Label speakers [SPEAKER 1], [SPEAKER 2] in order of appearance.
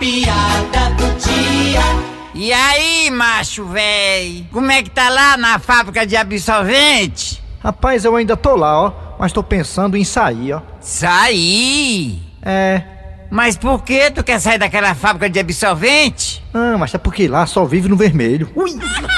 [SPEAKER 1] piada do dia.
[SPEAKER 2] E aí, macho véi? Como é que tá lá na fábrica de absorvente?
[SPEAKER 3] Rapaz, eu ainda tô lá, ó, mas tô pensando em sair, ó.
[SPEAKER 2] Saí!
[SPEAKER 3] É.
[SPEAKER 2] Mas por que tu quer sair daquela fábrica de absorvente?
[SPEAKER 3] Ah, mas é porque lá só vive no vermelho.
[SPEAKER 2] Ui!